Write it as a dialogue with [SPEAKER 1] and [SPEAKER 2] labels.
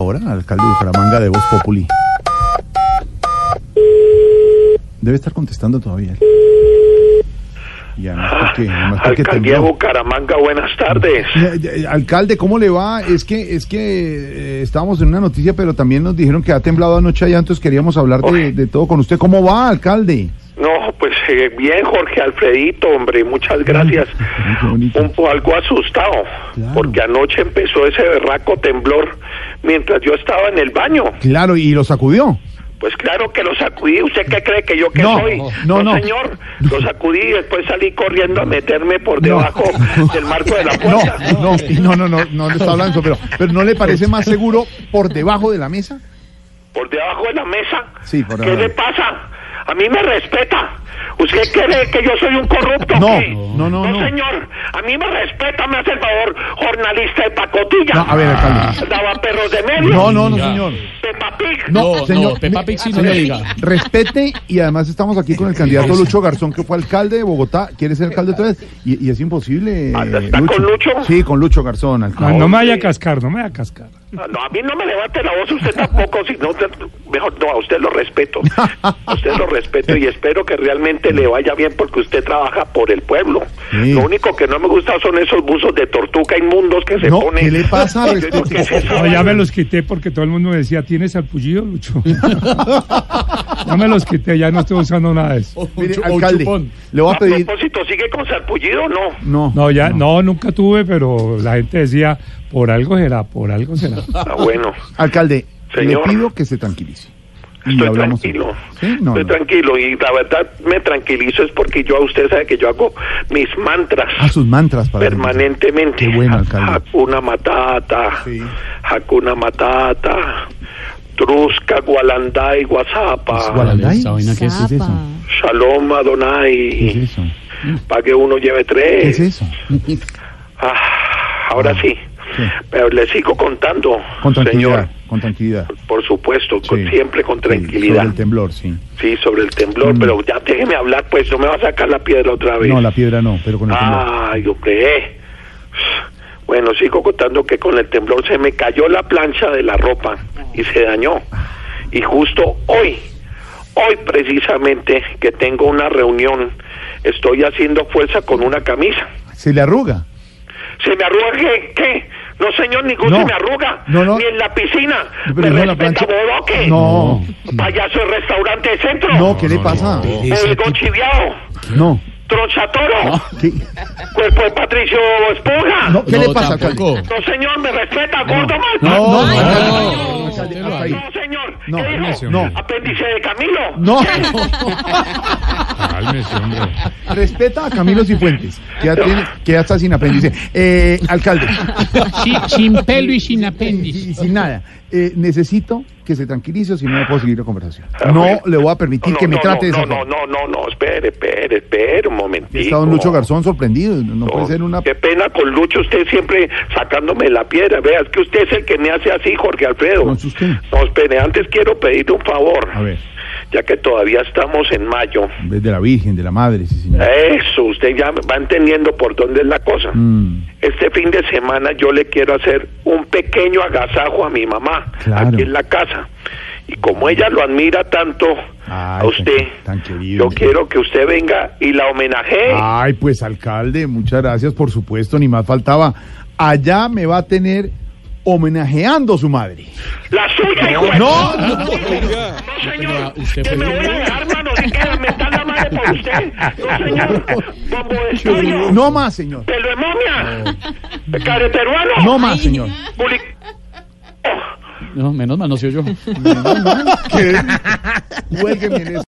[SPEAKER 1] Ahora, alcalde de Bucaramanga de Voz Populi. Debe estar contestando todavía. Y además porque, además porque
[SPEAKER 2] Alcaldía
[SPEAKER 1] tembló.
[SPEAKER 2] Bucaramanga, buenas tardes.
[SPEAKER 1] Ya, ya, Eh, Alcalde, ¿cómo le va? Es que es que eh, estábamos en una noticia, pero también nos dijeron que ha temblado anoche allá, entonces queríamos hablar de,
[SPEAKER 2] Oye.
[SPEAKER 1] de todo con usted. ¿Cómo va, alcalde?
[SPEAKER 2] No, pues eh, bien, Jorge Alfredito, hombre, muchas gracias.
[SPEAKER 1] Ay, qué bonito.
[SPEAKER 2] Un poco algo asustado,
[SPEAKER 1] Claro.
[SPEAKER 2] porque anoche empezó ese berraco temblor mientras yo estaba en el baño.
[SPEAKER 1] Claro, ¿y lo sacudió?
[SPEAKER 2] Pues claro que lo sacudí. ¿Usted qué cree que yo que
[SPEAKER 1] No,
[SPEAKER 2] soy?
[SPEAKER 1] no, no.
[SPEAKER 2] señor. Lo sacudí y después salí corriendo a meterme por debajo del marco de la
[SPEAKER 1] No,
[SPEAKER 2] puerta.
[SPEAKER 1] no, no, no, no, no le está hablando, pero, pero ¿no le parece más seguro por debajo de la mesa?
[SPEAKER 2] por debajo de la mesa.
[SPEAKER 1] Sí, por
[SPEAKER 2] ¿Qué
[SPEAKER 1] debajo.
[SPEAKER 2] le pasa? A mí me respeta. ¿Usted cree que yo soy un corrupto? o
[SPEAKER 1] No,
[SPEAKER 2] qué?
[SPEAKER 1] no, no, no.
[SPEAKER 2] señor. A mí me respeta, me hace el favor, jornalista de pacotilla.
[SPEAKER 1] No, a ver, alcalde.
[SPEAKER 2] Daba perros de medio.
[SPEAKER 1] No, no, no, señor.
[SPEAKER 2] Peppa Pig.
[SPEAKER 1] No, señor.
[SPEAKER 3] Peppa Pig sí, no le diga.
[SPEAKER 1] Respete y además estamos aquí con el candidato Lucho Garzón, que fue alcalde de Bogotá, quiere ser alcalde otra vez y, y es imposible.
[SPEAKER 2] Ah,
[SPEAKER 1] eh,
[SPEAKER 2] ¿está con Lucho?
[SPEAKER 1] Sí, con Lucho
[SPEAKER 4] Ah,
[SPEAKER 1] Garzón, alcalde.
[SPEAKER 3] No, no me vaya a cascar, no me vaya a cascar.
[SPEAKER 2] No, a mí no me levante la voz usted tampoco, si no, usted- mejor no, a usted lo respeto. A usted lo respeto y espero que realmente le vaya bien porque usted trabaja por el pueblo.
[SPEAKER 1] Sí.
[SPEAKER 2] Lo único que no me gusta son esos buzos de tortuga inmundos que se
[SPEAKER 1] No,
[SPEAKER 2] ponen.
[SPEAKER 1] ¿qué le pasa?
[SPEAKER 2] Porque- porque
[SPEAKER 1] Respete.
[SPEAKER 2] se
[SPEAKER 3] No,
[SPEAKER 2] saben-
[SPEAKER 3] ya me los quité porque todo el mundo me decía, ¿tienes salpullido, Lucho? ya me los quité, ya no estoy usando nada de eso.
[SPEAKER 1] Mire, alcalde, le voy a
[SPEAKER 2] A
[SPEAKER 1] pedir.
[SPEAKER 2] propósito, ¿sigue Ah, con sarpullido o no?
[SPEAKER 1] No,
[SPEAKER 3] No, ya, no. nunca tuve, pero la gente decía, por algo será, por algo será.
[SPEAKER 2] Ah, bueno,
[SPEAKER 1] Alcalde,
[SPEAKER 2] Señor.
[SPEAKER 1] le pido que se tranquilice. Y
[SPEAKER 2] estoy
[SPEAKER 1] hablamos-
[SPEAKER 2] tranquilo.
[SPEAKER 1] Sí, no,
[SPEAKER 2] estoy
[SPEAKER 1] no.
[SPEAKER 2] tranquilo y la verdad me tranquilizo es porque yo a usted sabe que yo hago mis mantras
[SPEAKER 1] A sus mantras para
[SPEAKER 2] permanentemente.
[SPEAKER 1] Qué
[SPEAKER 2] Ah,
[SPEAKER 1] bueno, alcalde.
[SPEAKER 2] Hakuna Matata,
[SPEAKER 1] Sí.
[SPEAKER 2] Hakuna Matata, Trusca, Gualanday, Guasapa,
[SPEAKER 1] Gualanday?
[SPEAKER 4] ¿Qué es eso?
[SPEAKER 2] Shalom
[SPEAKER 1] ¿Qué
[SPEAKER 2] Adonai,
[SPEAKER 1] es eso?
[SPEAKER 2] para que uno lleve
[SPEAKER 1] ¿Qué
[SPEAKER 2] tres.
[SPEAKER 1] es eso?
[SPEAKER 2] Ah, ahora sí, pero le sigo contando,
[SPEAKER 1] Con tranquilidad,
[SPEAKER 2] señor.
[SPEAKER 1] con tranquilidad.
[SPEAKER 2] Por supuesto, con,
[SPEAKER 1] Sí.
[SPEAKER 2] siempre con
[SPEAKER 1] Sí,
[SPEAKER 2] tranquilidad.
[SPEAKER 1] sobre el temblor, sí.
[SPEAKER 2] Sí, sobre el temblor, pero ya déjeme hablar, pues no me va a sacar la piedra otra vez.
[SPEAKER 1] No, la piedra no, pero
[SPEAKER 2] Ah.
[SPEAKER 1] con el temblor.
[SPEAKER 2] Ay, hombre. eh. Bueno, sigo contando que con el temblor se me cayó la plancha de la ropa y se dañó. Y justo hoy, hoy precisamente que tengo una reunión, estoy haciendo fuerza con una camisa.
[SPEAKER 1] Se le arruga.
[SPEAKER 2] ¿Se me arruga qué? qué? No, señor, ningún
[SPEAKER 1] No.
[SPEAKER 2] se me arruga.
[SPEAKER 1] No, no.
[SPEAKER 2] Ni en la piscina.
[SPEAKER 1] Pero
[SPEAKER 2] ¿Me
[SPEAKER 1] no en la
[SPEAKER 2] respeta,
[SPEAKER 1] plancha.
[SPEAKER 2] bodoque?
[SPEAKER 1] No.
[SPEAKER 2] Payaso de restaurante de centro.
[SPEAKER 1] No, ¿qué le pasa?
[SPEAKER 2] Oigo chiviao,
[SPEAKER 1] No.
[SPEAKER 2] tronchatoro,
[SPEAKER 1] ¿Qué,
[SPEAKER 2] cuerpo de Patricio Esponja.
[SPEAKER 1] no,
[SPEAKER 2] No,
[SPEAKER 1] ¿qué le pasa, alcalde?
[SPEAKER 2] señor, me respeta, gordo mal.
[SPEAKER 1] No, no,
[SPEAKER 2] Ay,
[SPEAKER 1] alcalde, alcalde,
[SPEAKER 2] no,
[SPEAKER 1] hasta ahí.
[SPEAKER 2] señor.
[SPEAKER 1] No,
[SPEAKER 2] ¿Qué dijo?
[SPEAKER 1] no.
[SPEAKER 2] Apéndice de Camilo.
[SPEAKER 1] No. Respeta a Camilo Cifuentes, que ya, tiene, que ya está sin apéndice. Eh, alcalde,
[SPEAKER 4] sin pelo y sin apéndice.
[SPEAKER 1] y sin nada, eh, necesito que se tranquilice o si no, no puedo seguir la conversación. No le voy a permitir
[SPEAKER 2] No,
[SPEAKER 1] que me
[SPEAKER 2] no,
[SPEAKER 1] trate de
[SPEAKER 2] no,
[SPEAKER 1] esa
[SPEAKER 2] no,
[SPEAKER 1] forma.
[SPEAKER 2] no, no, no, espere, espere, espere un momentito.
[SPEAKER 1] Está don Lucho Garzón sorprendido. No puede ser una.
[SPEAKER 2] Qué pena con Lucho, usted siempre sacándome la piedra. Vea, es que usted es el que me hace así, Jorge Alfredo.
[SPEAKER 1] No, es usted.
[SPEAKER 2] No, espere, antes quiero pedirle un favor.
[SPEAKER 1] A ver,
[SPEAKER 2] Ya que todavía estamos en mayo.
[SPEAKER 1] en vez de la Virgen, de la Madre, sí, señor.
[SPEAKER 2] Eso, usted ya va entendiendo por dónde es la cosa.
[SPEAKER 1] Mm,
[SPEAKER 2] Este fin de semana yo le quiero hacer un pequeño agasajo a mi mamá,
[SPEAKER 1] Claro.
[SPEAKER 2] aquí en la casa. Y como ella lo admira tanto a
[SPEAKER 1] Ay,
[SPEAKER 2] usted,
[SPEAKER 1] tan- tan querido.
[SPEAKER 2] yo quiero que usted venga y la homenajee.
[SPEAKER 1] Ay, pues alcalde, muchas gracias, por supuesto, ni más faltaba. Allá me va a tener homenajeando su madre.
[SPEAKER 2] ¡La suya, hijo de-
[SPEAKER 1] No, no.
[SPEAKER 2] No, señor, que me voy a dejar, mano, de que me está la madre por usted. No, señor, bombo de estudio,
[SPEAKER 1] No más, señor.
[SPEAKER 2] pelo de momia, careteruano,
[SPEAKER 1] No más, señor.
[SPEAKER 2] culi-
[SPEAKER 4] No, menos mal, no soy yo.
[SPEAKER 1] Que- Cuélgueme en eso.